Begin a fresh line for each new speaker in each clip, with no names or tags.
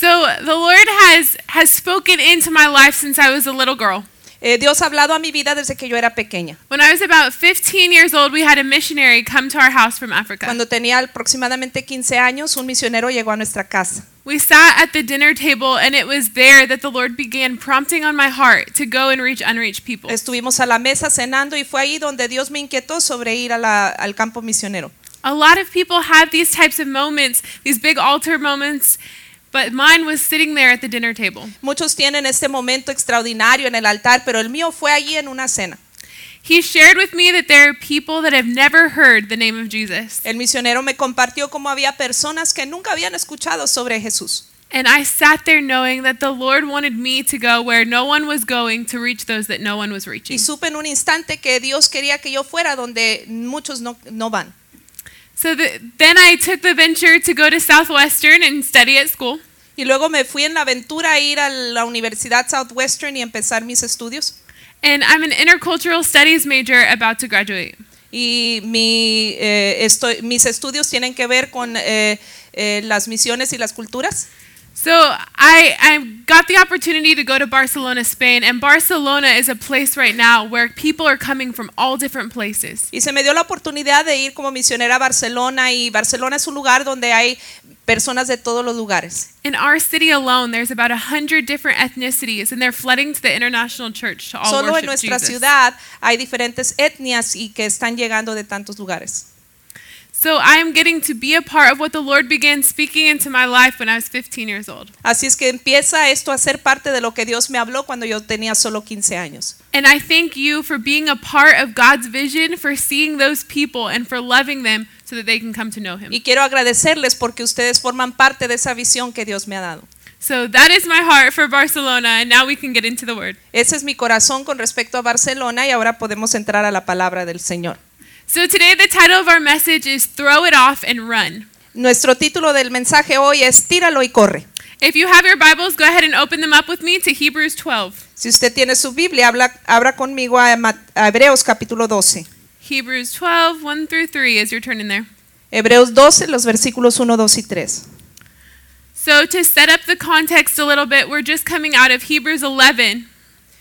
the Lord has has spoken into my life since I was a little girl.
Eh, Dios ha hablado a mi vida desde que yo era pequeña.
When I was about 15 years old, we had a missionary come to our house from Africa.
Cuando tenía aproximadamente 15 años, un misionero llegó a nuestra casa.
We sat at the dinner table, and it was there that the Lord began prompting on my heart to go and reach unreached people.
Estuvimos a la mesa cenando y fue ahí donde Dios me inquietó sobre ir a la- al campo misionero.
A lot of people have these types of moments, these big altar moments, but mine was sitting there at the dinner table.
Muchos tienen este momento extraordinario en el altar, pero el mío fue allí en una cena.
He shared with me that there are people that have never heard the name of Jesus.
El misionero me compartió cómo había personas que nunca habían escuchado sobre Jesús.
And I sat there knowing that the Lord wanted me to go where no one was going to reach those that no one was reaching.
Y supe en un instante que Dios quería que yo fuera donde muchos no, no van.
So the, then I took the venture to go to Southwestern and study at school.
Y luego me fui en la aventura a ir a la Universidad Southwestern y empezar mis estudios.
And I'm an intercultural studies major about to graduate.
Y mi, eh, estoy- mis estudios tienen que ver con eh, eh, las misiones y las culturas.
So I, I got the opportunity to go to Barcelona, Spain, and Barcelona is a place right now where people are coming from all different places.
Y se me dio la oportunidad de ir como misionera a Barcelona y Barcelona es un lugar donde hay personas de todos los lugares.
In our city alone, there's about a hundred different ethnicities, and they're flooding to the international church to all
Solo
Oh,
en
worship
nuestra
Jesus.
ciudad hay diferentes etnias y que están llegando de tantos lugares.
So I am getting to be a part of what the Lord began speaking into my life when I was 15 years old.
Así es que empieza esto a ser parte de lo que Dios me habló cuando yo tenía solo 15 años.
And I thank you for being a part of God's vision, for seeing those people, and for loving them so that they can come to know Him.
Y quiero agradecerles porque ustedes forman parte de esa visión que Dios me ha dado.
So that is my heart for Barcelona, and now we can get into the word.
Ese es mi corazón con respecto a Barcelona y ahora podemos entrar a la palabra del Señor.
So today, the title of our message is Throw It Off and Run.
Nuestro título del mensaje hoy es Tíralo y corre.
If you have your Bibles, go ahead and open them up with me to Hebrews 12.
Si usted tiene su Biblia, habla, abra conmigo a, Ma- a Hebreos capítulo 12.
Hebrews 12, 1 through 3 is your turn in there.
Hebreos 12, los versículos 1, 2 y 3.
So to set up the context a little bit, we're just coming out of Hebrews 11.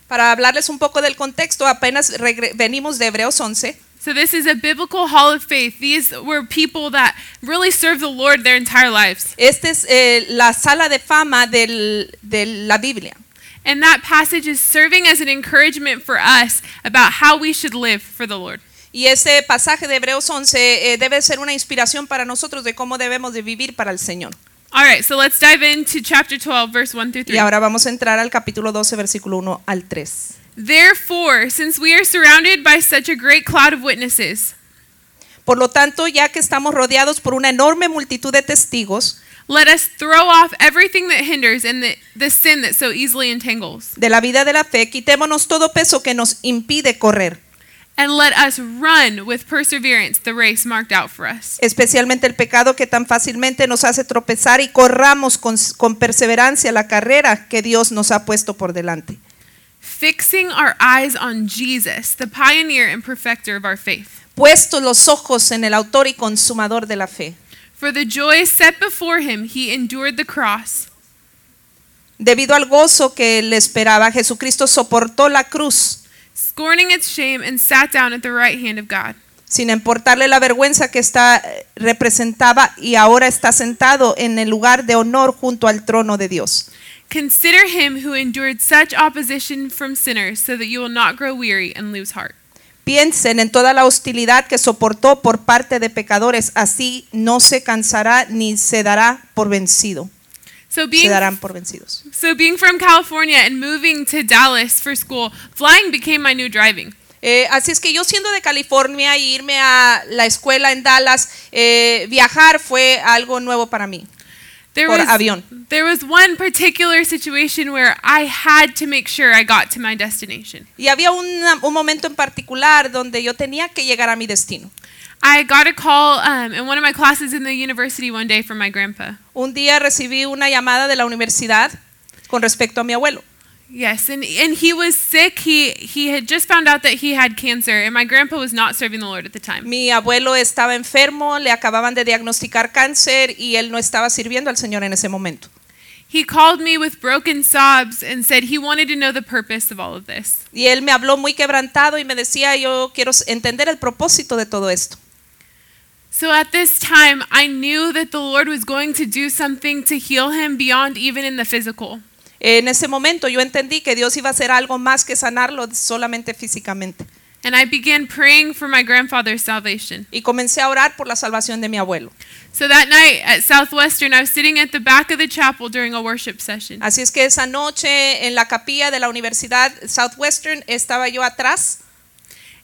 Para hablarles un poco del contexto, apenas regre- venimos de Hebreos 11.
So this is a biblical hall of faith. These were people that really served the Lord their entire lives.
Esta es eh, la sala de fama del- de la Biblia.
And that passage is serving as an encouragement for us about how we should live for the Lord.
Y ese pasaje de Hebreos 11 eh, debe ser una inspiración para nosotros de cómo debemos de vivir para el Señor.
All right, so let's dive into chapter 12, verse 1 through 3.
Y ahora vamos a entrar al capítulo 12, versículo 1 al 3.
Therefore, since we are surrounded by such a great cloud of witnesses,
Por lo tanto, ya que estamos rodeados por una enorme multitud de testigos,
let us throw off everything that hinders and the, the sin that so easily entangles,
de la vida de la fe, quitémonos todo peso que nos impide correr,
and let us run with perseverance the race marked out for us.
especialmente el pecado que tan fácilmente nos hace tropezar y corramos con, con perseverancia la carrera que Dios nos ha puesto por delante.
Fixing our eyes on Jesus, the pioneer and perfecter of our faith.
Puestos los ojos en el autor y consumador de la fe,
For the joy set before him, he endured the cross,
debido al gozo que le esperaba, Jesucristo soportó la cruz,
scorning its shame, and sat down at the right hand of God.
sin importarle la vergüenza que está eh, representaba y ahora está sentado en el lugar de honor junto al trono de Dios.
Consider him who endured such opposition from sinners, so that you will not grow weary and lose heart.
Piensen en toda la hostilidad que soportó por parte de pecadores, así no se cansará ni se dará por vencido.
So
Se
being
darán por vencidos.
so being from California and moving to Dallas for school, flying became my new driving.
Eh, así es que yo siendo de California y irme a la escuela en Dallas, eh, viajar fue algo nuevo para mí.
There
Por
was
avión.
there was one particular situation where I had to make sure I got to my destination.
Y había una- un momento en particular donde yo tenía que llegar a mi destino.
I got a call um, in one of my classes in the university one day from my grandpa.
Un día recibí una llamada de la universidad con respecto a mi abuelo.
Yes, and, and he was sick. He he had just found out that he had cancer, and my grandpa was not serving the Lord at the time.
Mi abuelo estaba enfermo, le acababan de diagnosticar cáncer y él no estaba sirviendo al Señor en ese momento.
He called me with broken sobs and said he wanted to know the purpose of all of this.
Y él me habló muy quebrantado y me decía, yo quiero entender el propósito de todo esto.
So at this time, I knew that the Lord was going to do something to heal him beyond even in the physical.
En ese momento yo entendí que Dios iba a hacer algo más que sanarlo solamente físicamente.
And I began praying for my grandfather's salvation.
Y comencé a orar por la salvación de mi abuelo.
So that night at Southwestern, I was sitting at the back of the chapel during a worship session.
Así es que esa noche en la capilla de la Universidad Southwestern estaba yo atrás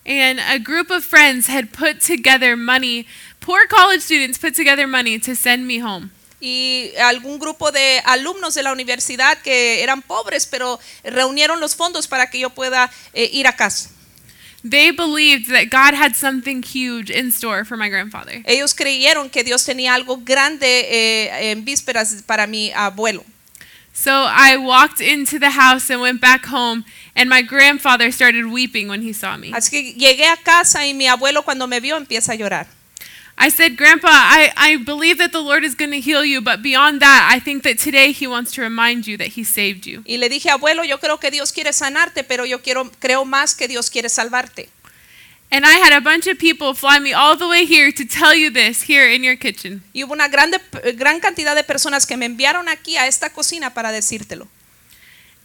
And a group of friends had put together money, poor college students put together money to send me home.
y algún grupo de alumnos de la universidad que eran pobres, pero reunieron los fondos para que yo pueda eh, ir a casa.
They believed that God had something huge in store for my grandfather.
Ellos creyeron que Dios tenía algo grande eh, en vísperas para mi abuelo.
So I walked into the house and went back home, and my grandfather started weeping when he saw me.
Así que llegué a casa y mi abuelo cuando me vio empieza a llorar.
I said, Grandpa, I, I believe that the Lord is going to heal you, but beyond that, I think that today He wants to remind you that He saved you.
Y le dije, abuelo, yo creo que Dios quiere sanarte, pero yo quiero, creo más que Dios quiere salvarte.
And I had a bunch of people fly me all the way here to tell you this here in your kitchen.
Y hubo una grande, gran cantidad de personas que me enviaron aquí a esta cocina para decírtelo.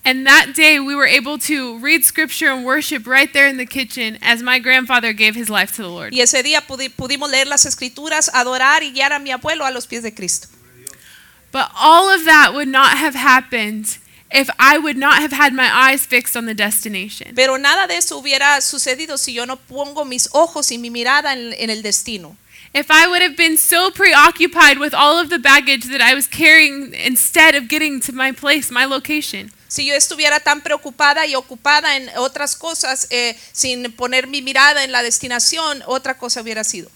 And that day, we were able to read scripture and worship right there in the kitchen as my grandfather gave his life to the Lord.
Y ese día pudi- pudimos leer las escrituras, adorar y guiar a mi abuelo a los pies de Cristo.
But all of that would not have happened if I would not have had my eyes fixed on the destination.
Pero nada de eso hubiera sucedido si yo no pongo mis ojos y mi mirada en, en el destino.
If I would have been so preoccupied with all of the baggage that I was carrying instead of getting to my place, my location.
Si yo estuviera tan preocupada y ocupada en otras cosas eh, sin poner mi mirada en la destinación, otra cosa hubiera sido.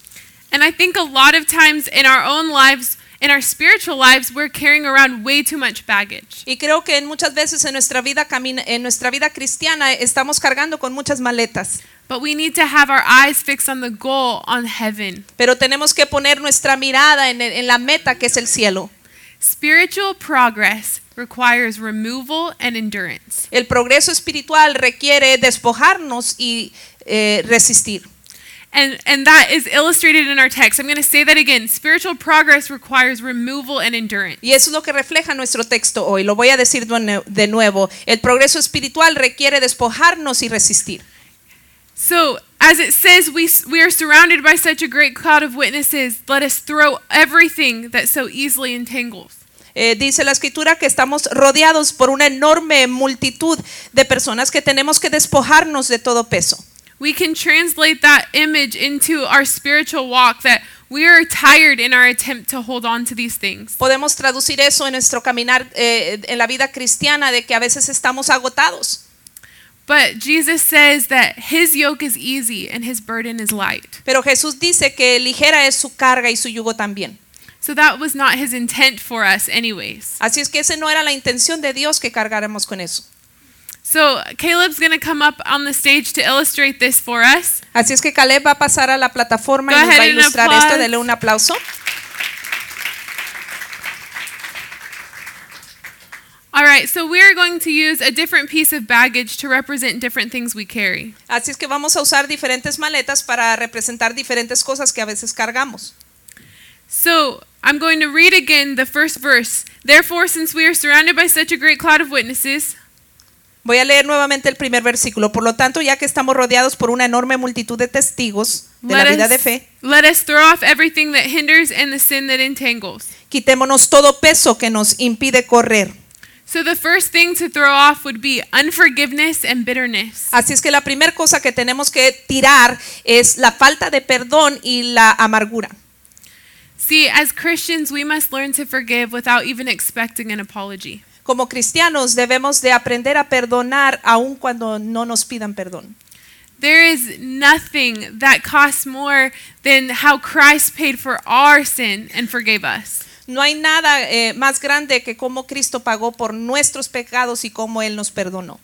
And I think a lot of times in our own lives, in our spiritual lives, we're carrying around way too much baggage.
Y creo que en muchas veces en nuestra vida camina- en nuestra vida cristiana estamos cargando con muchas maletas,
But we need to have our eyes fixed on the goal, on heaven.
pero tenemos que poner nuestra mirada en, el- en la meta que es el cielo.
Spiritual progress requires removal and endurance.
El progreso espiritual requiere despojarnos y eh, resistir.
And, and that is illustrated in our text. I'm going to say that again. Spiritual progress requires removal and endurance.
Y eso es lo que refleja nuestro texto hoy. Lo voy a decir de nue- de nuevo. El progreso espiritual requiere despojarnos y resistir.
So, as it says, we, s- we are surrounded by such a great cloud of witnesses. Let us throw everything that so easily entangles.
Eh, dice la escritura que estamos rodeados por una enorme multitud de personas que tenemos que despojarnos de todo peso.
We can translate that image into our spiritual walk that we are tired in our attempt to hold on to these things.
Podemos traducir eso en nuestro caminar eh, en la vida cristiana de que a veces estamos agotados.
But Jesus says that his yoke is easy and his burden is light.
Pero Jesús dice que ligera es su carga y su yugo también.
So that was not his intent for us, anyways.
Así es que esa no era la intención de Dios que cargáramos con eso.
So Caleb's going to come up on the stage to illustrate this for us.
Así es que Caleb va a pasar a la plataforma
Go
y nos va a
ahead and
ilustrar
applause.
esto. Dele un aplauso.
All right, so we are going to use a different piece of baggage to represent different things we carry.
Así es que vamos a usar diferentes maletas para representar diferentes cosas que a veces cargamos.
So I'm going to read again the first verse. Therefore, since we are surrounded by such a great cloud of witnesses,
Voy a leer nuevamente el primer versículo. Por lo tanto, ya que estamos rodeados por una enorme multitud de testigos de la vida de fe,
let us throw off everything that hinders and the sin that entangles.
quitémonos todo peso que nos impide correr.
So the first thing to throw off would be unforgiveness and bitterness.
Así es que la primera cosa que tenemos que tirar es la falta de perdón y la amargura.
See, as Christians, we must learn to forgive without even expecting an apology.
Como cristianos debemos de aprender a perdonar aun cuando no nos pidan perdón.
There is nothing that costs more than how Christ paid for our sin and forgave us.
No hay nada eh, más grande que cómo Cristo pagó por nuestros pecados y cómo Él nos perdonó.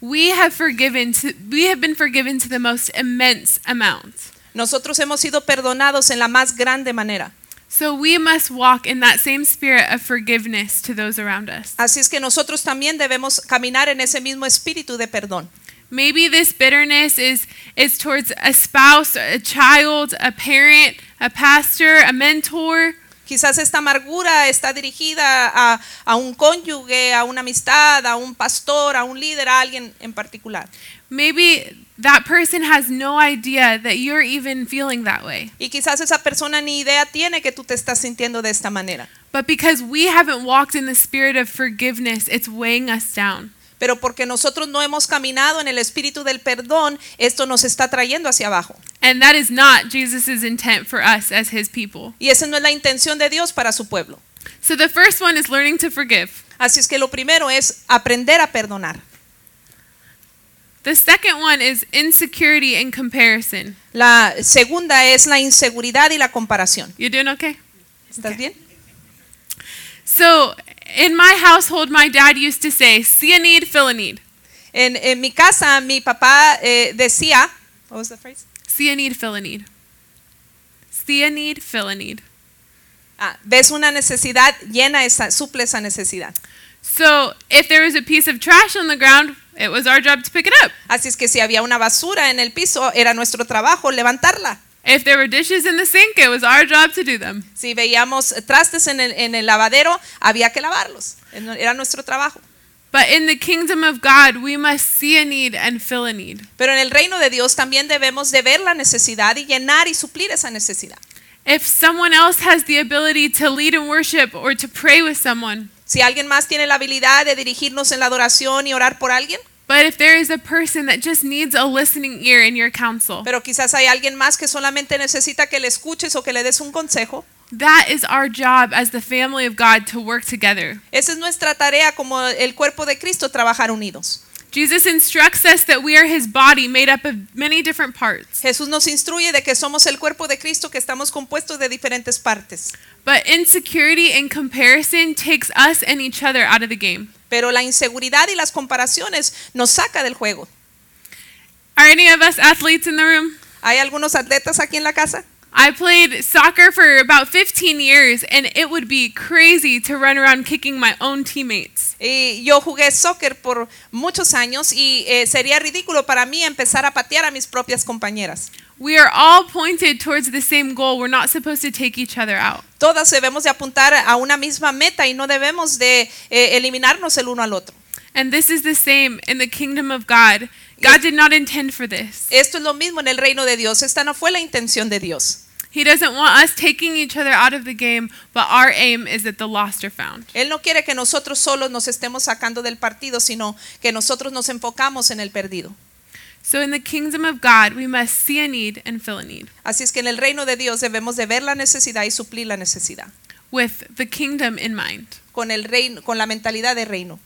We have forgiven to, we have been forgiven to the most immense amount.
Nosotros hemos sido perdonados en la más grande manera.
So we must walk in that same spirit of forgiveness to those around us.
Así es que nosotros también debemos caminar en ese mismo espíritu de perdón.
Maybe this bitterness is is towards a spouse, a child, a parent, a pastor, a mentor.
Quizás esta amargura está dirigida a, a un cónyuge, a una amistad, a un pastor, a un líder, a alguien en particular.
Maybe that person has no idea that you're even feeling that way.
Y quizás esa persona ni idea tiene que tú te estás sintiendo de esta manera.
But because we haven't walked in the spirit of forgiveness, it's weighing us down.
Pero porque nosotros no hemos caminado en el espíritu del perdón, esto nos está trayendo hacia abajo.
And that is not Jesus' intent for us as his people.
Y esa no es la intención de Dios para su pueblo.
So the first one is learning to forgive.
Así es que lo primero es aprender a perdonar.
The second one is insecurity and comparison.
La segunda es la inseguridad y la comparación.
You doing okay?
¿Estás bien?
So in my household, my dad used to say, see a need, fill a need.
En, en mi casa, mi papá eh, decía, what was the phrase?
See a need, fill a need. See a need, fill a need.
Ah, ves una necesidad, llena esa, suple esa necesidad.
So if there was a piece of trash on the ground, it was our job to pick it up.
Así es que si había una basura en el piso, era nuestro trabajo levantarla.
If there were dishes in the sink, it was our job to do them.
Si veíamos trastes en el, en el lavadero, había que lavarlos. Era nuestro trabajo.
But in the kingdom of God, we must see a need and fill a need.
Pero en el reino de Dios también debemos de ver la necesidad y llenar y suplir esa necesidad.
If someone else has the ability to lead in worship or to pray with someone,
Si alguien más tiene la habilidad de dirigirnos en la adoración y orar por alguien,
but if there is a person that just needs a listening ear in your counsel,
pero quizás hay alguien más que solamente necesita que le escuches o que le des un consejo,
that is our job as the family of God to work together.
esa es nuestra tarea como el cuerpo de Cristo, trabajar unidos.
Jesus instructs us that we are his body made up of many different parts.
Jesús nos instruye de que somos el cuerpo de Cristo, que estamos compuestos de diferentes partes.
But insecurity and comparison takes us and each other out of the game.
Pero la inseguridad y las comparaciones nos saca del juego.
Are any of us athletes in the room?
¿Hay algunos atletas aquí en la casa?
I played soccer for about 15 years, and it would be crazy to run around kicking my own teammates.
Y yo jugué soccer por muchos años y eh, sería ridículo para mí empezar a patear a mis propias compañeras.
We are all pointed towards the same goal. We're not supposed to take each other out.
Todas debemos de apuntar a una misma meta y no debemos de eh, eliminarnos el uno al otro.
And this is the same in the kingdom of God. God did not intend for this.
Esto es lo mismo en el reino de Dios. Esta no fue la intención de Dios.
He doesn't want us taking each other out of the game, but our aim is that the lost are found.
Él no quiere que nosotros solos nos estemos sacando del partido, sino que nosotros nos enfocamos en el perdido.
So in the kingdom of God, we must see a need and fill a need.
Así es que en el reino de Dios debemos de ver la necesidad y suplir la necesidad
with the kingdom in mind.
con el reino, con la mentalidad de reino.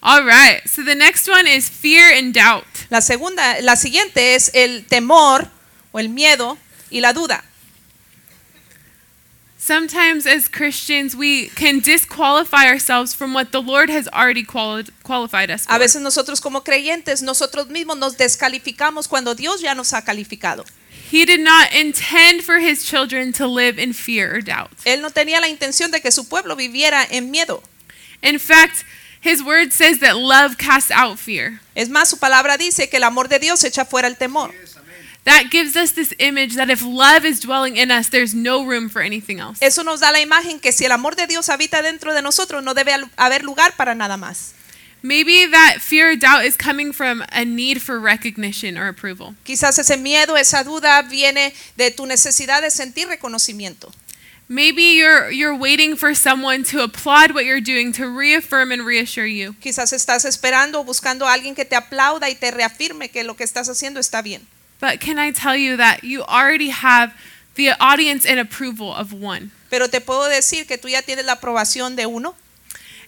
All right, so the next one is fear and doubt.
La segunda, la siguiente es el temor o el miedo y la duda.
Sometimes, as Christians, we can disqualify ourselves from what the Lord has already quali- qualified us
A
for.
veces nosotros como creyentes, nosotros mismos nos descalificamos cuando Dios ya nos ha calificado.
He did not intend for his children to live in fear or doubt.
Él no tenía la intención de que su pueblo viviera en miedo.
In fact, his word says that love casts out fear.
Es más, su palabra dice que el amor de Dios echa fuera el temor.
That gives us this image that if love is dwelling in us, there's no room for anything else.
Eso nos da la imagen que si el amor de Dios habita dentro de nosotros, no debe al- haber lugar para nada más.
Maybe that fear or doubt is coming from a need for recognition or approval.
Quizás ese miedo, esa duda viene de tu necesidad de sentir reconocimiento.
Maybe you're you're waiting for someone to applaud what you're doing to reaffirm and reassure you.
Quizás estás esperando o buscando a alguien que te aplauda y te reafirme que lo que estás haciendo está bien.
But can I tell you that you already have the audience and approval of one?
Pero te puedo decir que tú ya tienes la aprobación de uno.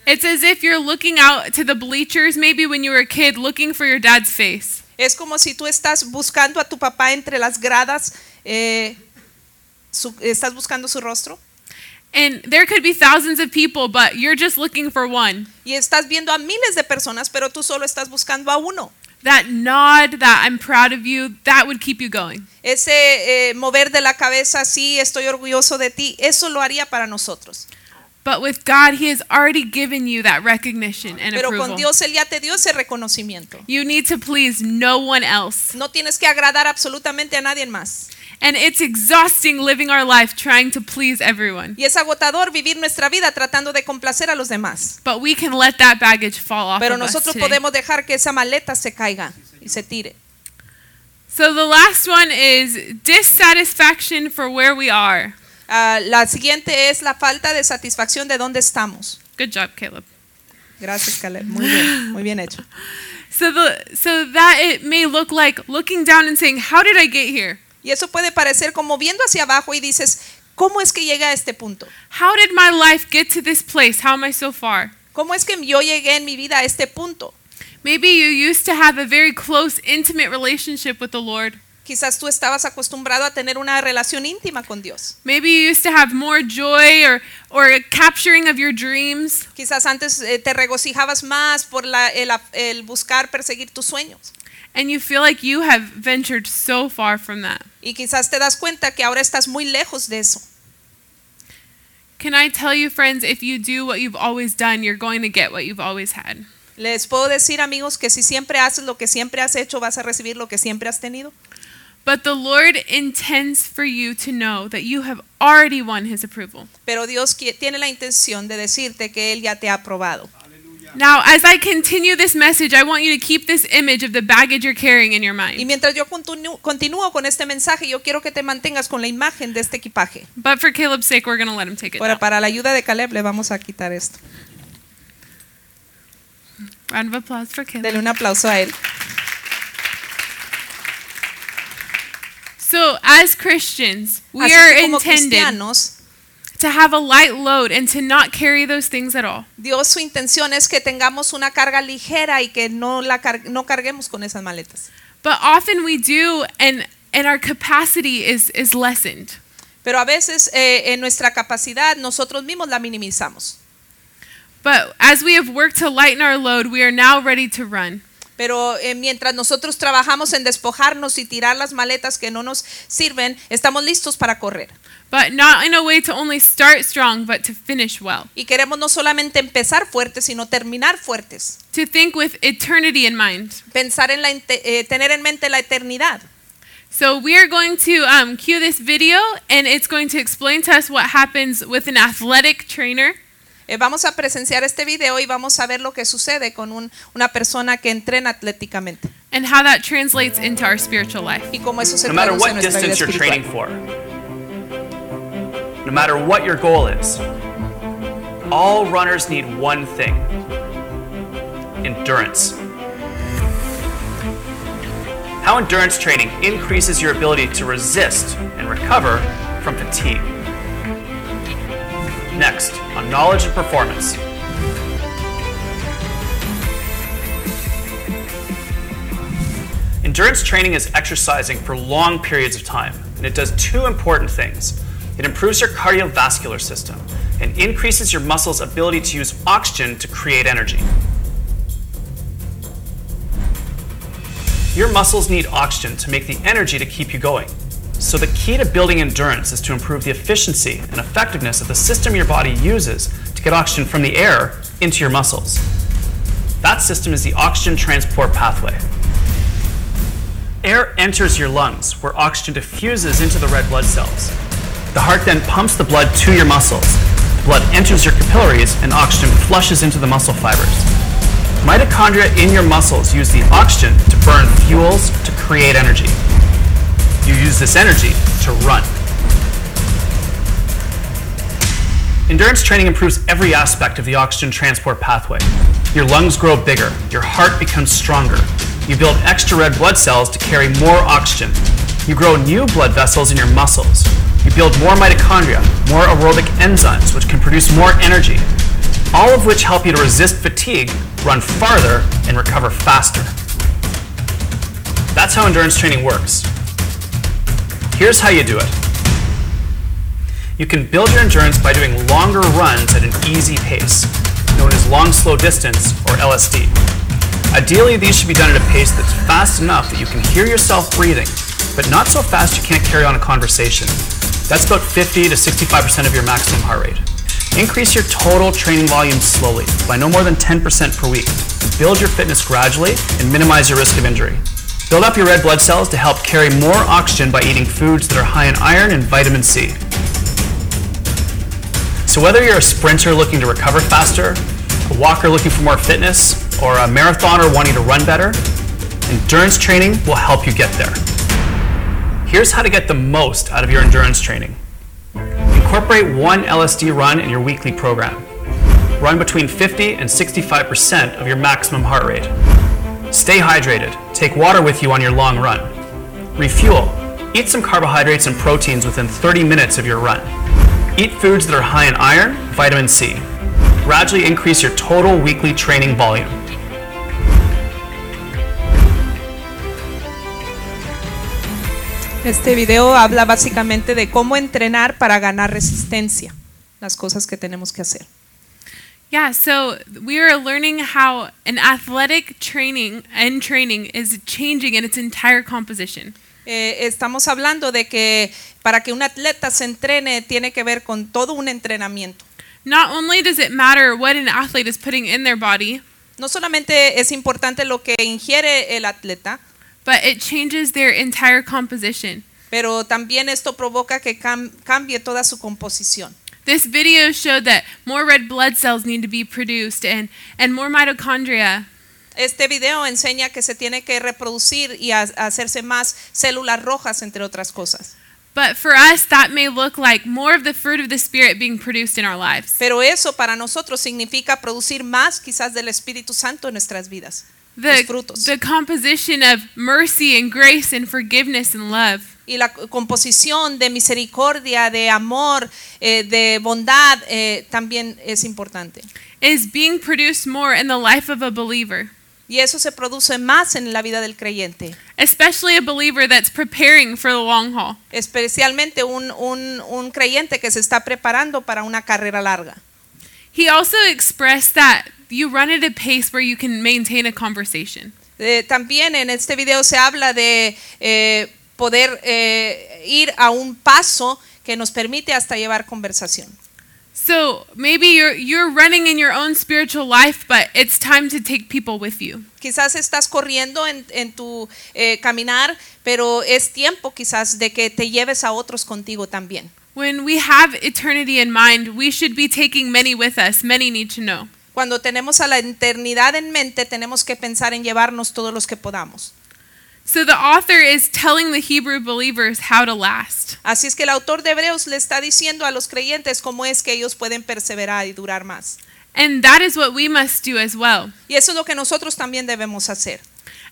It's as if you're looking out to the bleachers maybe when you were a kid looking for your dad's face.
Es como si tú estás buscando a tu papá entre las gradas, eh, su- estás buscando su rostro
And there could be thousands of people, but you're just looking for one.
y estás viendo a miles de personas, pero tú solo estás buscando a uno.
that nod that I'm proud of you, that would keep you going.
Ese eh, mover de la cabeza, sí, estoy orgulloso de ti, eso lo haría para nosotros.
But with God, He has already given you that recognition and
Pero
approval.
con Dios Él ya te dio ese reconocimiento.
you need to please no one else.
No tienes que agradar absolutamente a nadie más.
And it's exhausting living our life trying to please everyone.
Y es agotador vivir nuestra vida tratando de complacer a los demás.
But we can let that baggage fall off.
Pero
of us
nosotros
today.
podemos dejar que esa maleta se caiga y se tire.
So the last one is dissatisfaction for where we are.
Ah, la siguiente es la falta de satisfacción de dónde estamos.
Good job, Caleb.
Gracias, Caleb. Muy bien, muy bien hecho.
So the so that it may look like looking down and saying, "How did I get here?
Y eso puede parecer como viendo hacia abajo y dices, ¿cómo es que llegué a este punto?
How did my life get to this place? How am I so far?"
¿Cómo es que yo llegué en mi vida a este punto?
Maybe you used to have a very close, intimate relationship with the Lord.
Quizás tú estabas acostumbrado a tener una relación íntima con Dios.
Maybe you used to have more joy or or a capturing of your dreams.
Quizás antes eh, te regocijabas más por la- el, af- el buscar perseguir tus sueños.
And you feel like you have ventured so far from that.
Y quizás te das cuenta que ahora estás muy lejos de eso.
Can I tell you, friends, if you do what you've always done, you're going to get what you've always had.
Les puedo decir, amigos, que si siempre haces lo que siempre has hecho, vas a recibir lo que siempre has tenido.
But the Lord intends for you to know that you have already won his approval.
Pero Dios qui- tiene la intención de decirte que Él ya te ha aprobado.
Now, as I continue this message, I want you to keep this image of the baggage you're carrying in your
Y
mind.
mientras yo continu- continúo con este mensaje, yo quiero que te mantengas con la imagen de este equipaje.
But for Caleb's sake, we're going to let him take it.
Ahora,
Down.
para la ayuda de Caleb, le vamos a quitar esto.
Round of applause for
Denle
Caleb.
un aplauso a él.
So, as Christians, we
Así
are
que como
intended
cristianos,
to have a light load and to not carry those things at all.
Dios su intención es que tengamos una carga ligera y que no, la car- no carguemos con esas maletas.
But often we do, and and our capacity is is lessened.
Pero a veces eh, en nuestra capacidad nosotros mismos la minimizamos.
But as we have worked to lighten our load, we are now ready to run.
Pero eh, mientras nosotros trabajamos en despojarnos y tirar las maletas que no nos sirven, estamos listos para correr.
But not in a way to only start strong, but to finish well.
Y queremos no solamente empezar fuertes, sino terminar fuertes.
To think with eternity in mind.
Pensar en la, inte- eh, tener en mente la eternidad.
So we are going to um, cue this video, and it's going to explain to us what happens with an athletic trainer.
Eh, vamos a presenciar este video y vamos a ver lo que sucede con un- una persona que entrena atléticamente
And how that translates into our spiritual life.
y cómo eso se
no matter
traduce en
what
nuestra vida
distance you're
espiritual.
training for, no matter what your goal is, all runners need one thing endurance. How endurance training increases your ability to resist and recover from fatigue. Next, on knowledge and performance. Endurance training is exercising for long periods of time, and it does two important things. It improves your cardiovascular system and increases your muscles' ability to use oxygen to create energy. Your muscles need oxygen to make the energy to keep you going. So, the key to building endurance is to improve the efficiency and effectiveness of the system your body uses to get oxygen from the air into your muscles. That system is the oxygen transport pathway. Air enters your lungs, where oxygen diffuses into the red blood cells. The heart then pumps the blood to your muscles. The blood enters your capillaries, and oxygen flushes into the muscle fibers. Mitochondria in your muscles use the oxygen to burn fuels to create energy. You use this energy to run. Endurance training improves every aspect of the oxygen transport pathway. Your lungs grow bigger, your heart becomes stronger. You build extra red blood cells to carry more oxygen. You grow new blood vessels in your muscles. You build more mitochondria, more aerobic enzymes, which can produce more energy, all of which help you to resist fatigue, run farther, and recover faster. That's how endurance training works. Here's how you do it. You can build your endurance by doing longer runs at an easy pace, known as long slow distance or LSD. Ideally, these should be done at a pace that's fast enough that you can hear yourself breathing, but not so fast you can't carry on a conversation. That's about 50 to 65% of your maximum heart rate. Increase your total training volume slowly by no more than 10% per week. Build your fitness gradually and minimize your risk of injury. Build up your red blood cells to help carry more oxygen by eating foods that are high in iron and vitamin C. So, whether you're a sprinter looking to recover faster, a walker looking for more fitness, or a marathoner wanting to run better, endurance training will help you get there. Here's how to get the most out of your endurance training incorporate one LSD run in your weekly program. Run between 50 and 65% of your maximum heart rate. Stay hydrated. Take water with you on your long run. Refuel. Eat some carbohydrates and proteins within 30 minutes of your run. Eat foods that are high in iron, vitamin C. Gradually increase your total weekly training volume.
Este video habla básicamente de cómo entrenar para ganar resistencia, las cosas que tenemos que hacer.
Yeah, so we are learning how an athletic training and training is changing in its entire composition.
Eh, estamos hablando de que para que un atleta se entrene tiene que ver con todo un entrenamiento.
Not only does it matter what an athlete is putting in their body,
No solamente es importante lo que ingiere el atleta,
but it changes their entire composition.
pero también esto provoca que cam- cambie toda su composición.
This video showed that more red blood cells need to be produced and, and more mitochondria.
Este video enseña que se tiene que reproducir y ha- hacerse más células rojas, entre otras cosas.
But for us, that may look like more of the fruit of the Spirit being produced in our lives.
Pero eso para nosotros significa producir más quizás del Espíritu Santo en nuestras vidas.
The,
Los frutos.
the composition of mercy and grace and forgiveness and love.
Y la composición de misericordia, de amor, eh, de bondad eh, también es importante.
is being produced more in the life of a believer,
Y eso se produce más en la vida del creyente,
especially a believer that's preparing for the long haul.
especialmente un, un- un creyente que se está preparando para una carrera larga.
He also expressed that you run at a pace where you can maintain a conversation.
Eh, también en este video se habla de eh, poder eh, ir a un paso que nos permite hasta llevar conversación.
So maybe you're you're running in your own spiritual life, but it's time to take people with you.
Quizás estás corriendo en, en tu eh, caminar, pero es tiempo quizás de que te lleves a otros contigo también.
When we have eternity in mind, we should be taking many with us. Many need to know.
Cuando tenemos a la eternidad en mente, tenemos que pensar en llevarnos todos los que podamos.
So the author is telling the Hebrew believers how to last.
Así es que el autor de Hebreos le está diciendo a los creyentes cómo es que ellos pueden perseverar y durar más.
And that is what we must do as well.
Y eso es lo que nosotros también debemos hacer.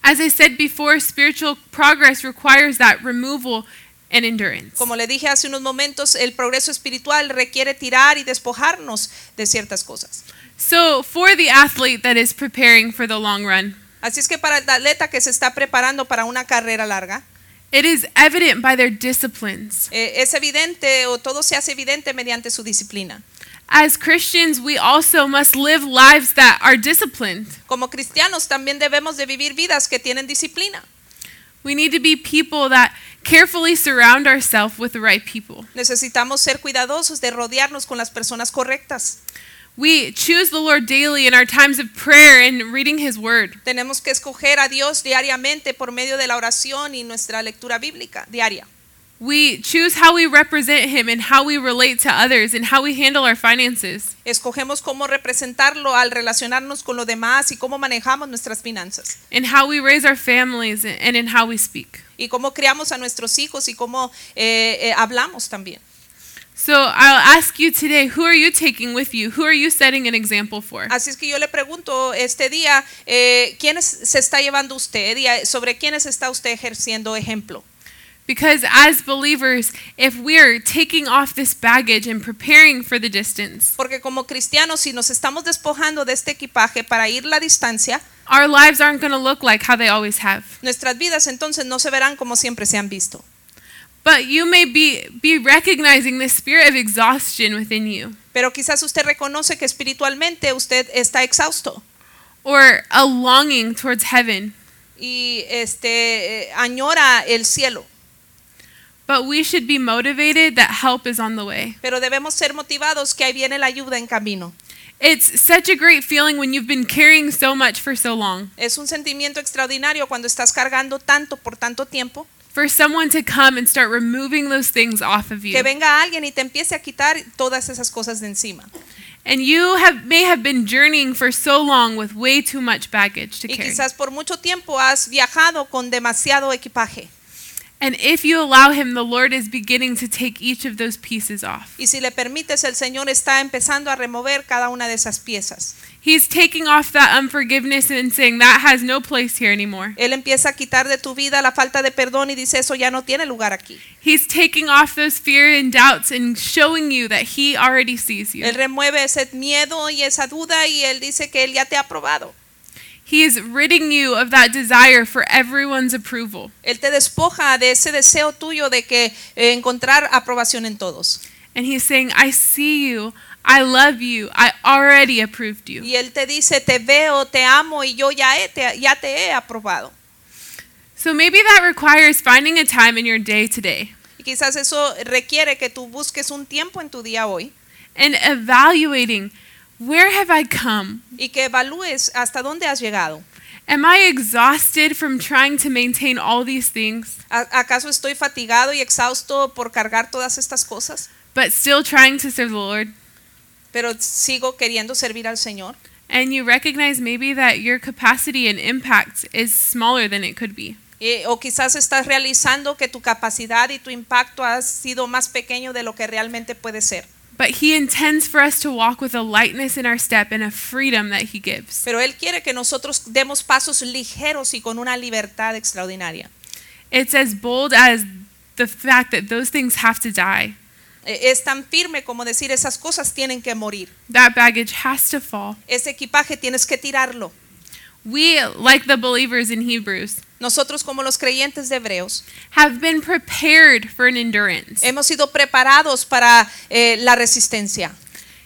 As I said before, spiritual progress requires that removal and endurance.
Como le dije hace unos momentos, el progreso espiritual requiere tirar y despojarnos de ciertas cosas.
So, for the athlete that is preparing for the long run,
Así es que para el atleta que se está preparando para una carrera larga,
it is evident by their disciplines.
Eh, es evidente o todo se hace evidente mediante su disciplina.
As Christians, we also must live lives that are disciplined.
Como cristianos también debemos de vivir vidas que tienen disciplina.
We need to be people that carefully surround ourselves with the right people.
Necesitamos ser cuidadosos de rodearnos con las personas correctas.
We choose the Lord daily in our times of prayer and reading His Word.
Tenemos que escoger a Dios diariamente por medio de la oración y nuestra lectura bíblica diaria.
We choose how we represent Him and how we relate to others and how we handle our finances.
Escogemos cómo representarlo al relacionarnos con lo demás y cómo manejamos nuestras finanzas
in how we raise our families and in how we speak.
y cómo criamos a nuestros hijos y cómo eh, eh, hablamos también.
So I'll ask you today who are you taking with you? Who are you setting an example for?
Así es que yo le pregunto este día, eh, ¿quiénes se está llevando usted y eh, sobre quiénes está usted ejerciendo ejemplo?
Because as believers, if we're taking off this baggage and preparing for the distance,
Porque como cristianos, si nos estamos despojando de este equipaje para ir la distancia,
our lives aren't going to look like how they always have.
nuestras vidas entonces no se verán como siempre se han visto.
But you may be be recognizing the spirit of exhaustion within you
Pero quizás usted reconoce que espiritualmente usted está exhausto
or a longing towards heaven.
y este, eh, añora el cielo.
But we should be motivated that help is on the way.
Pero debemos ser motivados que ahí viene la ayuda en camino.
It's such a great feeling when you've been carrying so much for so long.
Es un sentimiento extraordinario cuando estás cargando tanto por tanto tiempo
For someone to come and start removing those things off of you.
que venga alguien y te empiece a quitar todas esas cosas de encima.
And you have may have been journeying for so long with way too much baggage to
Y
carry.
quizás por mucho tiempo has viajado con demasiado equipaje.
And if you allow him, the Lord is beginning to take each of those pieces off.
Y si le permites, el Señor está empezando a remover cada una de esas piezas.
He's taking off that unforgiveness and saying that has no place here anymore.
Él empieza a quitar de tu vida la falta de perdón y dice, eso ya no tiene lugar aquí.
He's taking off those fear and doubts and showing you that he already sees you.
Él remueve ese miedo y esa duda y él dice que él ya te ha aprobado.
He is ridding you of that desire for everyone's approval.
Él te despoja de ese deseo tuyo de que eh, encontrar aprobación en todos.
And he's saying, I see you. I love you. I already approved you.
Y él te dice, te veo, te amo y yo ya, he- te, ya te he aprobado.
So maybe that requires finding a time in your day today
Y quizás eso requiere que tú busques un tiempo en tu día hoy
and evaluating where have I come?
y que evalúes hasta dónde has llegado.
Am I exhausted from trying to maintain all these things,
¿A- ¿Acaso estoy fatigado y exhausto por cargar todas estas cosas?
but still trying to serve the Lord?
Pero sigo queriendo servir al Señor.
And you recognize maybe that your capacity and impact is smaller than it could be.
Eh, o quizás estás realizando que tu capacidad y tu impacto ha sido más pequeño de lo que realmente puede ser.
But He intends for us to walk with a lightness in our step and a freedom that He gives.
Pero Él quiere que nosotros demos pasos ligeros y con una libertad extraordinaria.
It's as bold as the fact that those things have to die,
Eh, Es tan firme como decir esas cosas tienen que morir.
that baggage has to fall.
Ese equipaje tienes que tirarlo.
We, like the believers in Hebrews,
Nosotros como los creyentes de Hebreos
have been prepared for an endurance.
hemos sido preparados para eh, la resistencia.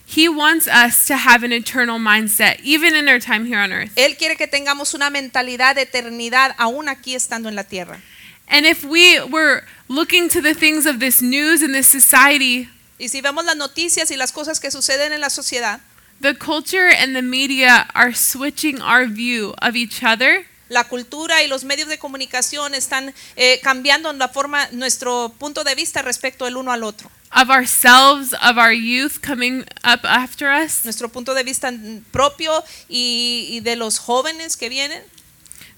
He wants us to have an eternal mindset, even in our time here on earth.
Él quiere que tengamos una mentalidad de eternidad aún aquí estando en la tierra.
And if we were looking to the things of this news and this society,
Y si vemos las noticias y las cosas que suceden en la sociedad,
the culture and the media are switching our view of each other
la cultura y los medios de comunicación están eh, cambiando la forma, nuestro punto de vista respecto el uno al otro,
of ourselves, of our youth coming up after us.
nuestro punto de vista mm, propio y, y de los jóvenes que vienen.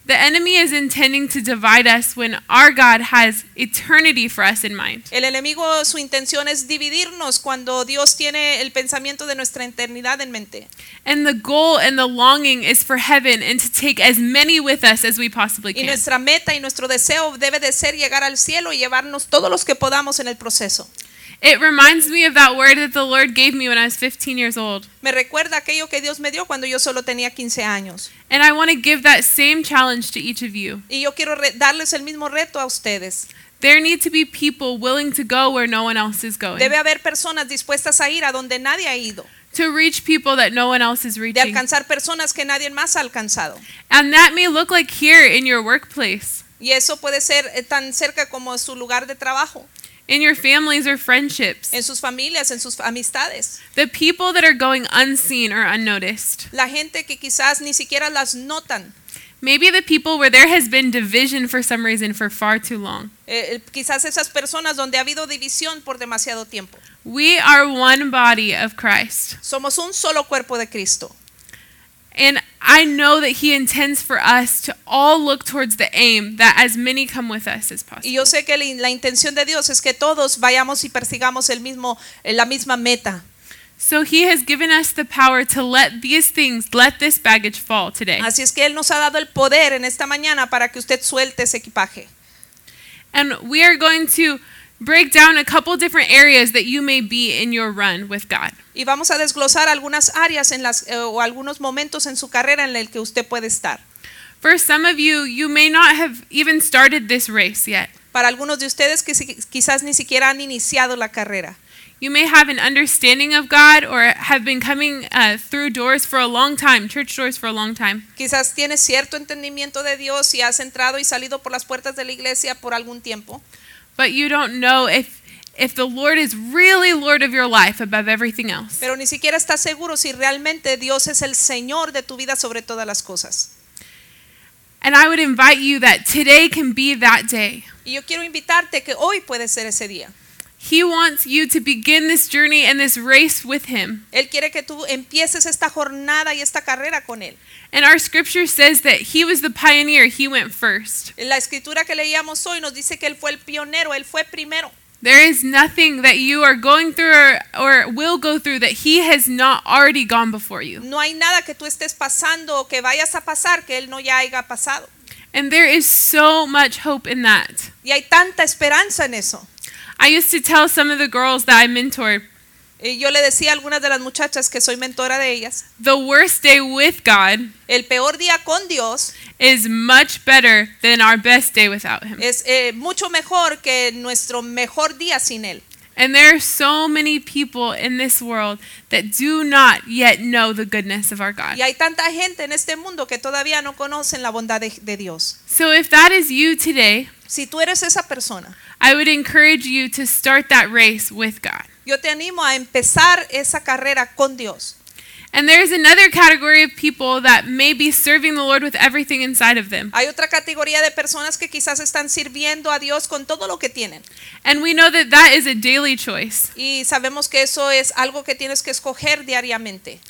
The enemy is intending to divide us when our God has eternity for us in mind.
El enemigo, su intención es dividirnos cuando Dios tiene el pensamiento de nuestra eternidad en mente.
And the goal and the longing is for heaven and to take as many with us as we possibly
Y
can.
nuestra meta y nuestro deseo debe de ser llegar al cielo y llevarnos todos los que podamos en el proceso.
It reminds me of that word that the Lord gave me when I was 15 years old.
Me recuerda aquello que Dios me dio cuando yo solo tenía 15 años.
And I want to give that same challenge to each of you.
Y yo quiero re- darles el mismo reto a ustedes.
There need to be people willing to go where no one else is going,
Debe haber personas dispuestas a ir a donde nadie ha ido,
to reach people that no one else is
de
reaching.
alcanzar personas que nadie más ha alcanzado.
And that may look like here in your workplace,
Y eso puede ser eh, tan cerca como su lugar de trabajo,
in your families or friendships.
en sus familias, en sus amistades.
The people that are going unseen or unnoticed.
La gente que quizás ni siquiera las notan,
Maybe the people where there has been division for some reason for far too long.
eh, eh, quizás esas personas donde ha habido división por demasiado tiempo.
We are one body of Christ.
Somos un solo cuerpo de Cristo.
And I know that He intends for us to all look towards the aim that as many come with us as
Y
possible.
yo sé que la in- la intención de Dios es que todos vayamos y persigamos el mismo, eh, la misma meta.
So He has given us the power to let these things, let this baggage fall today.
Así es que Él nos ha dado el poder en esta mañana para que usted suelte ese equipaje.
And we are going to break down a couple different areas that you may be in your run with God.
Y vamos a desglosar algunas áreas en las, eh, o algunos momentos en su carrera en el que usted puede estar.
For some of you, you may not have even started this race yet.
Para algunos de ustedes que si- quizás ni siquiera han iniciado la carrera.
You may have an understanding of God or have been coming uh, through doors for a long time, church doors for a long time.
Quizás tienes cierto entendimiento de Dios y has entrado y salido por las puertas de la iglesia por algún tiempo,
But you don't know if, if the Lord is really Lord of your life above everything else.
pero ni siquiera estás seguro si realmente Dios es el Señor de tu vida sobre todas las cosas.
And I would invite you that today can be that day.
Y yo quiero invitarte que hoy puede ser ese día.
He wants you to begin this journey and this race with Him.
Él quiere que tú empieces esta jornada y esta carrera con Él.
And our scripture says that He was the pioneer, He went first.
La escritura que leíamos hoy nos dice que Él fue el pionero, Él fue primero.
There is nothing that you are going through or, or will go through that He has not already gone before you.
No hay nada que tú estés pasando o que vayas a pasar que Él no ya haya pasado.
And there is so much hope in that.
Y hay tanta esperanza en eso.
I used to tell some of the girls that I mentored
Y yo le decía a algunas de las muchachas que soy mentora de ellas,
the worst day with God
el peor día con Dios
is much better than our best day without Him.
es eh, mucho mejor que nuestro mejor día sin Él.
And there are so many people in this world that do not yet know the goodness of our God.
Y hay tanta gente en este mundo que todavía no conocen la bondad de, de Dios.
So if that is you today,
Si tú eres esa persona,
I would encourage you to start that race with God.
yo te animo a empezar esa carrera con Dios.
And there's another category of people that may be serving the Lord with everything inside of them.
Hay otra categoría de personas que quizás están sirviendo a Dios con todo lo que tienen.
And we know that that is a daily choice.
Y sabemos que eso es algo que tienes que escoger diariamente.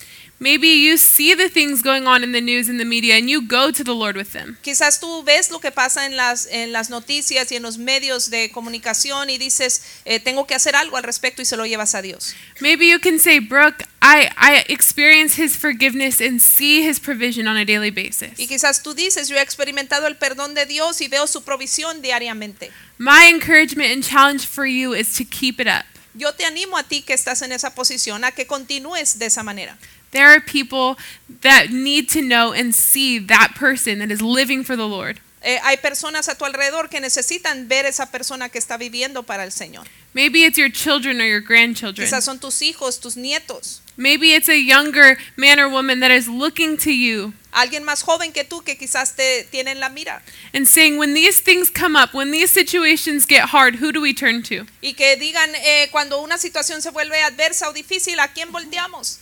Maybe you see the things going on in the news and the media and you go to the Lord with them.
Quizás tú ves lo que pasa en las, en las noticias y en los medios de comunicación y dices, eh, tengo que hacer algo al respecto y se lo llevas a Dios.
Maybe you can say, Brooke, I, I experience his forgiveness and see his provision on a daily basis.
Y quizás tú dices, yo he experimentado el perdón de Dios y veo su provisión diariamente.
My encouragement and challenge for you is to keep it up.
Yo te animo a ti que estás en esa posición a que continúes de esa manera.
There are people that need to know and see that person that is living for the Lord.
Eh, hay personas a tu alrededor que necesitan ver esa persona que está viviendo para el Señor.
Maybe it's your children or your grandchildren.
Quizás son tus hijos, tus nietos,
Maybe it's a younger man or woman that is looking to you
alguien más joven que tú que quizás te tienen la mira
and saying, when these things come up, when these situations get hard, who do we turn to?
y que digan eh, cuando una situación se vuelve adversa o difícil, ¿a quién volteamos?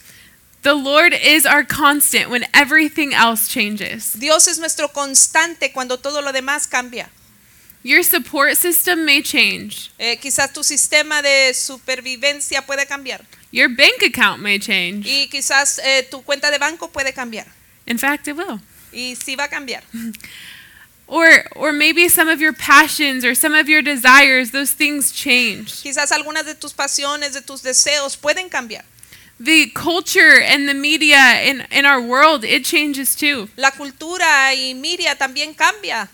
The Lord is our constant when everything else changes.
Dios es nuestro constante cuando todo lo demás cambia.
Your support system may change.
Eh, quizás tu sistema de supervivencia puede cambiar
Your bank account may change.
y quizás eh, tu cuenta de banco puede cambiar
In fact, it will.
y sí va a cambiar.
Or, or maybe some of your passions or some of your desires, those things change.
Quizás algunas de tus pasiones, de tus deseos pueden cambiar.
The culture and the media in, in our world, it changes too.
La cultura y Miria también cambia,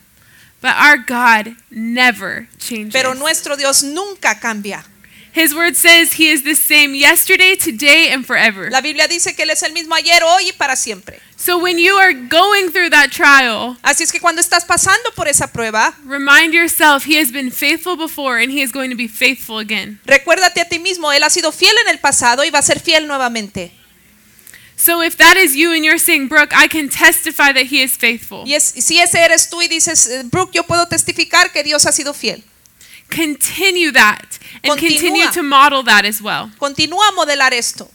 But our God never changes.
pero nuestro Dios nunca cambia.
His word says he is the same yesterday, today, and forever.
La Biblia dice que Él es el mismo ayer, hoy y para siempre.
So when you are going through that trial,
Así es que cuando estás pasando por esa prueba,
remind yourself he has been faithful before and he is going to be faithful again.
recuérdate a ti mismo, Él ha sido fiel en el pasado y va a ser fiel nuevamente.
So if that is you and you're saying, Brooke, I can testify that he is faithful,
Y es- si ese eres tú y dices, eh, Brooke, yo puedo testificar que Dios ha sido fiel.
continue that and continue
Continúa.
to model that as well.
Continúa a modelar esto.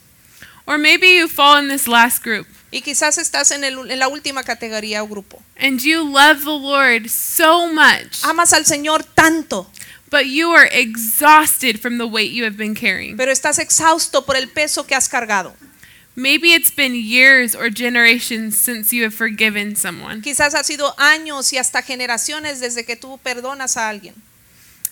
Or maybe you fall in this last group
Y quizás estás en, el- en la última categoría o grupo.
and you love the Lord so much,
Amas al Señor tanto,
but you are exhausted from the weight you have been carrying.
pero estás exhausto por el peso que has cargado.
Maybe it's been years or generations since you have forgiven someone.
Quizás ha sido años y hasta generaciones desde que tú perdonas a alguien.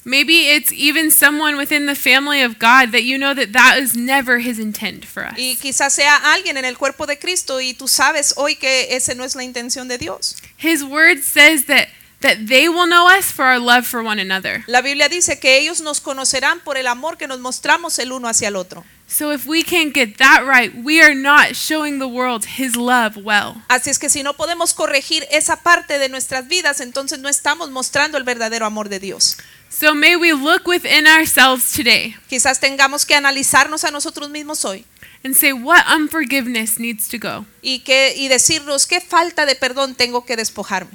Maybe it's even someone within the family of God that you know that that is never his intent for us.
Y quizás sea alguien en el cuerpo de Cristo y tú sabes hoy que esa no es la intención de Dios.
His word says that that they will know us for our love for one another.
La Biblia dice que ellos nos conocerán por el amor que nos mostramos el uno hacia el otro.
So if we can't get that right, we are not showing the world his love well.
Así es que si no podemos corregir esa parte de nuestras vidas, entonces no estamos mostrando el verdadero amor de Dios.
So may we look within ourselves today
Quizás tengamos que analizarnos a nosotros mismos hoy
and say what unforgiveness needs to go.
y, que, y decirnos qué falta de perdón tengo que despojarme.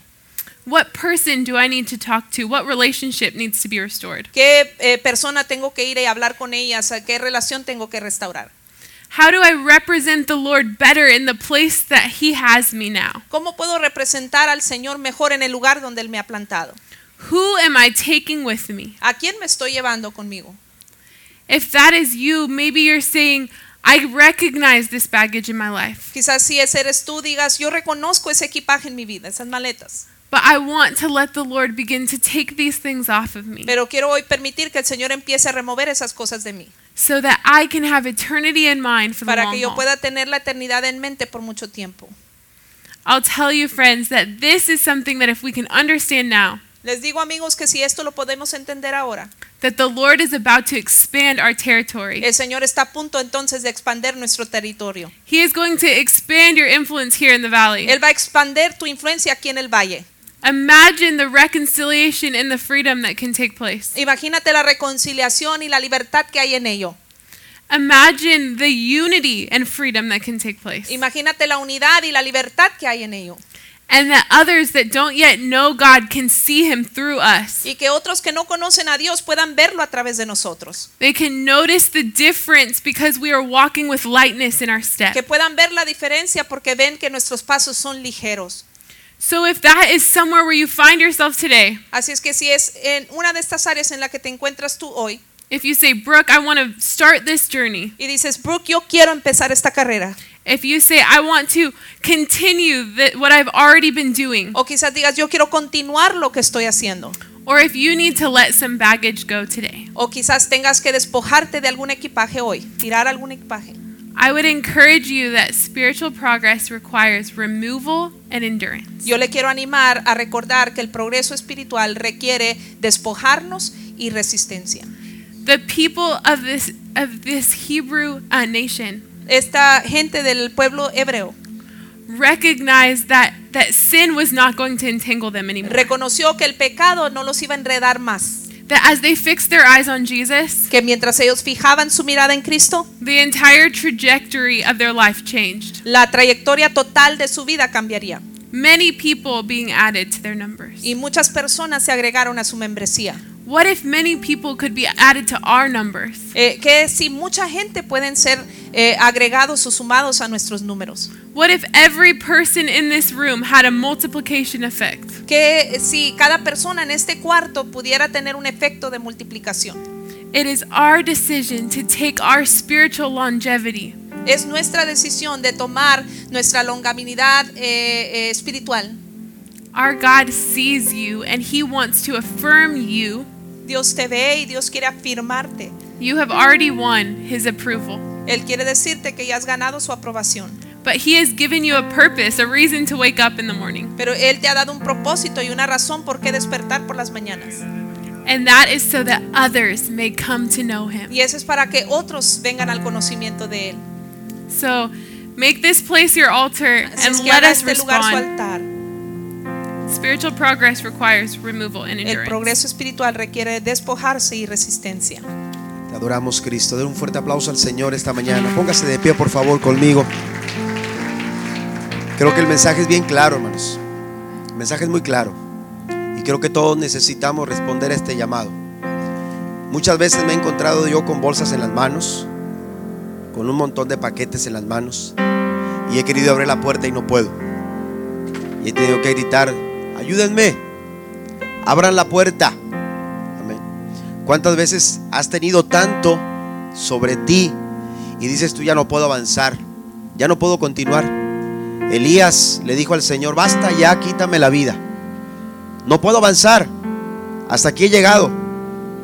What person do I need to talk to? What relationship needs to be restored?
¿Qué eh, persona tengo que ir y hablar con ellas? ¿A ¿Qué relación tengo que restaurar?
How do I represent the Lord better in the place that He has me now?
¿Cómo puedo representar al Señor mejor en el lugar donde Él me ha plantado?
Who am I taking with me?
¿A quién me estoy llevando conmigo?
If that is you, maybe you're saying, I recognize this baggage in my life,
Quizás si ese eres tú, digas, yo reconozco ese equipaje en mi vida, esas maletas,
but I want to let the Lord begin to take these things off of me
pero quiero hoy permitir que el Señor empiece a remover esas cosas de mí,
so that I can have eternity in mind for the
para
long
que yo
haul.
pueda tener la eternidad en mente por mucho tiempo.
I'll tell you, friends, that this is something that if we can understand now,
Les digo amigos que si esto lo podemos entender ahora,
that the Lord is about to expand our territory.
el Señor está a punto entonces de expandir nuestro territorio.
He is going to expand your influence here in the valley.
Él va a expandir tu influencia aquí en el valle.
Imagine the reconciliation and the freedom that can take place.
Imagínate la reconciliación y la libertad que hay en ello.
Imagine the unity and freedom that can take place.
Imagínate la unidad y la libertad que hay en ello.
And that others that don't yet know God can see Him through us.
Y que otros que no conocen a Dios puedan verlo a través de nosotros.
They can notice the difference because we are walking with lightness in our step.
Que puedan ver la diferencia porque ven que nuestros pasos son ligeros.
So if that is somewhere where you find yourself today,
Así es que si es en una de estas áreas en la que te encuentras tú hoy
if you say, Brooke, I want to start this journey,
y dices, Brooke, yo quiero empezar esta carrera.
if you say, I want to continue the, what I've already been doing,
O quizás digas, yo quiero continuar lo que estoy haciendo.
or if you need to let some baggage go today,
O quizás tengas que despojarte de algún equipaje hoy, tirar algún equipaje.
I would encourage you that spiritual progress requires removal and endurance.
Yo le quiero animar a recordar que el progreso espiritual requiere despojarnos y resistencia.
The people of this of this Hebrew uh, nation
Esta gente del pueblo hebreo
recognized that that sin was not going to entangle them anymore.
reconoció que el pecado no los iba a enredar más,
That as they fixed their eyes on Jesus,
que mientras ellos fijaban su mirada en Cristo,
the entire trajectory of their life changed.
la trayectoria total de su vida cambiaría
Many people being added to their numbers.
y muchas personas se agregaron a su membresía.
What if many people could be added to our numbers?
Eh, que si mucha gente pueden ser eh, agregados o sumados a nuestros números.
What if every person in this room had a multiplication effect?
Que si cada persona en este cuarto pudiera tener un efecto de multiplicación.
It is our decision to take our spiritual longevity
Es nuestra decisión de tomar nuestra longaminidad eh, eh, espiritual.
Our God sees you and He wants to affirm you.
Dios te ve y Dios quiere afirmarte.
You have already won His approval,
Él quiere decirte que ya has ganado su aprobación.
but He has given you a purpose, a reason to wake up in the morning.
Pero Él te ha dado un propósito y una razón por qué despertar por las mañanas.
And that is so that others may come to know Him.
Y eso es para que otros vengan al conocimiento de Él.
So make this place your altar
Así es
and
que
let
haga
us
este lugar su
respond.
altar.
Spiritual progress requires removal and
El
endurance.
progreso espiritual requiere despojarse y resistencia.
Te adoramos, Cristo. Den un fuerte aplauso al Señor esta mañana. Póngase de pie, por favor, conmigo. Creo que el mensaje es bien claro, hermanos. El mensaje es muy claro. Y creo que todos necesitamos responder a este llamado. Muchas veces me he encontrado yo con bolsas en las manos, con un montón de paquetes en las manos. Y he querido abrir la puerta y no puedo. Y he tenido que gritar, ayúdenme, abran la puerta. Amén. ¿Cuántas veces has tenido tanto sobre ti y dices tú ya no puedo avanzar, ya no puedo continuar? Elías le dijo al Señor, basta ya, quítame la vida. No puedo avanzar, hasta aquí he llegado,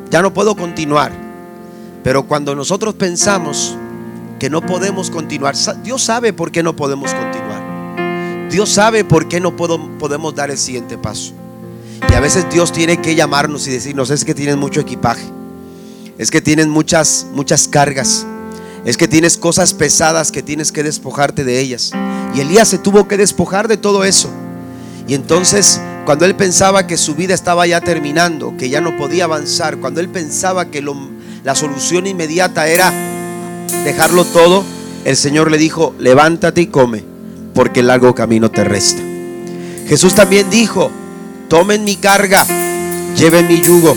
ya no puedo continuar. Pero cuando nosotros pensamos que no podemos continuar, sa- Dios sabe por qué no podemos continuar. Dios sabe por qué no puedo- podemos dar el siguiente paso. Y a veces Dios tiene que llamarnos y decirnos, es que tienes mucho equipaje, es que tienes muchas, muchas cargas, es que tienes cosas pesadas que tienes que despojarte de ellas. Y Elías se tuvo que despojar de todo eso. Y entonces Cuando él pensaba que su vida estaba ya terminando, que ya no podía avanzar, cuando él pensaba que lo- la solución inmediata era dejarlo todo, el Señor le dijo, levántate y come, porque el largo camino te resta. Jesús también dijo, tomen mi carga, lleven mi yugo,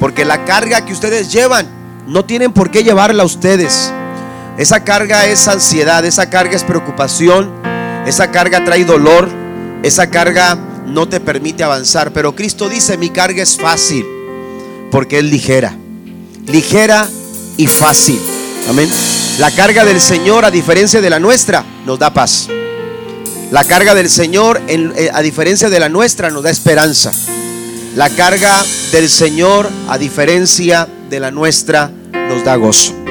porque la carga que ustedes llevan no tienen por qué llevarla ustedes. Esa carga es ansiedad, esa carga es preocupación, esa carga trae dolor, esa carga no te permite avanzar. Pero Cristo dice, mi carga es fácil, porque es ligera, ligera y fácil. Amén. La carga del Señor, a diferencia de la nuestra, nos da paz. La carga del Señor, en- eh, a diferencia de la nuestra, nos da esperanza. La carga del Señor, a diferencia de la nuestra, nos da gozo.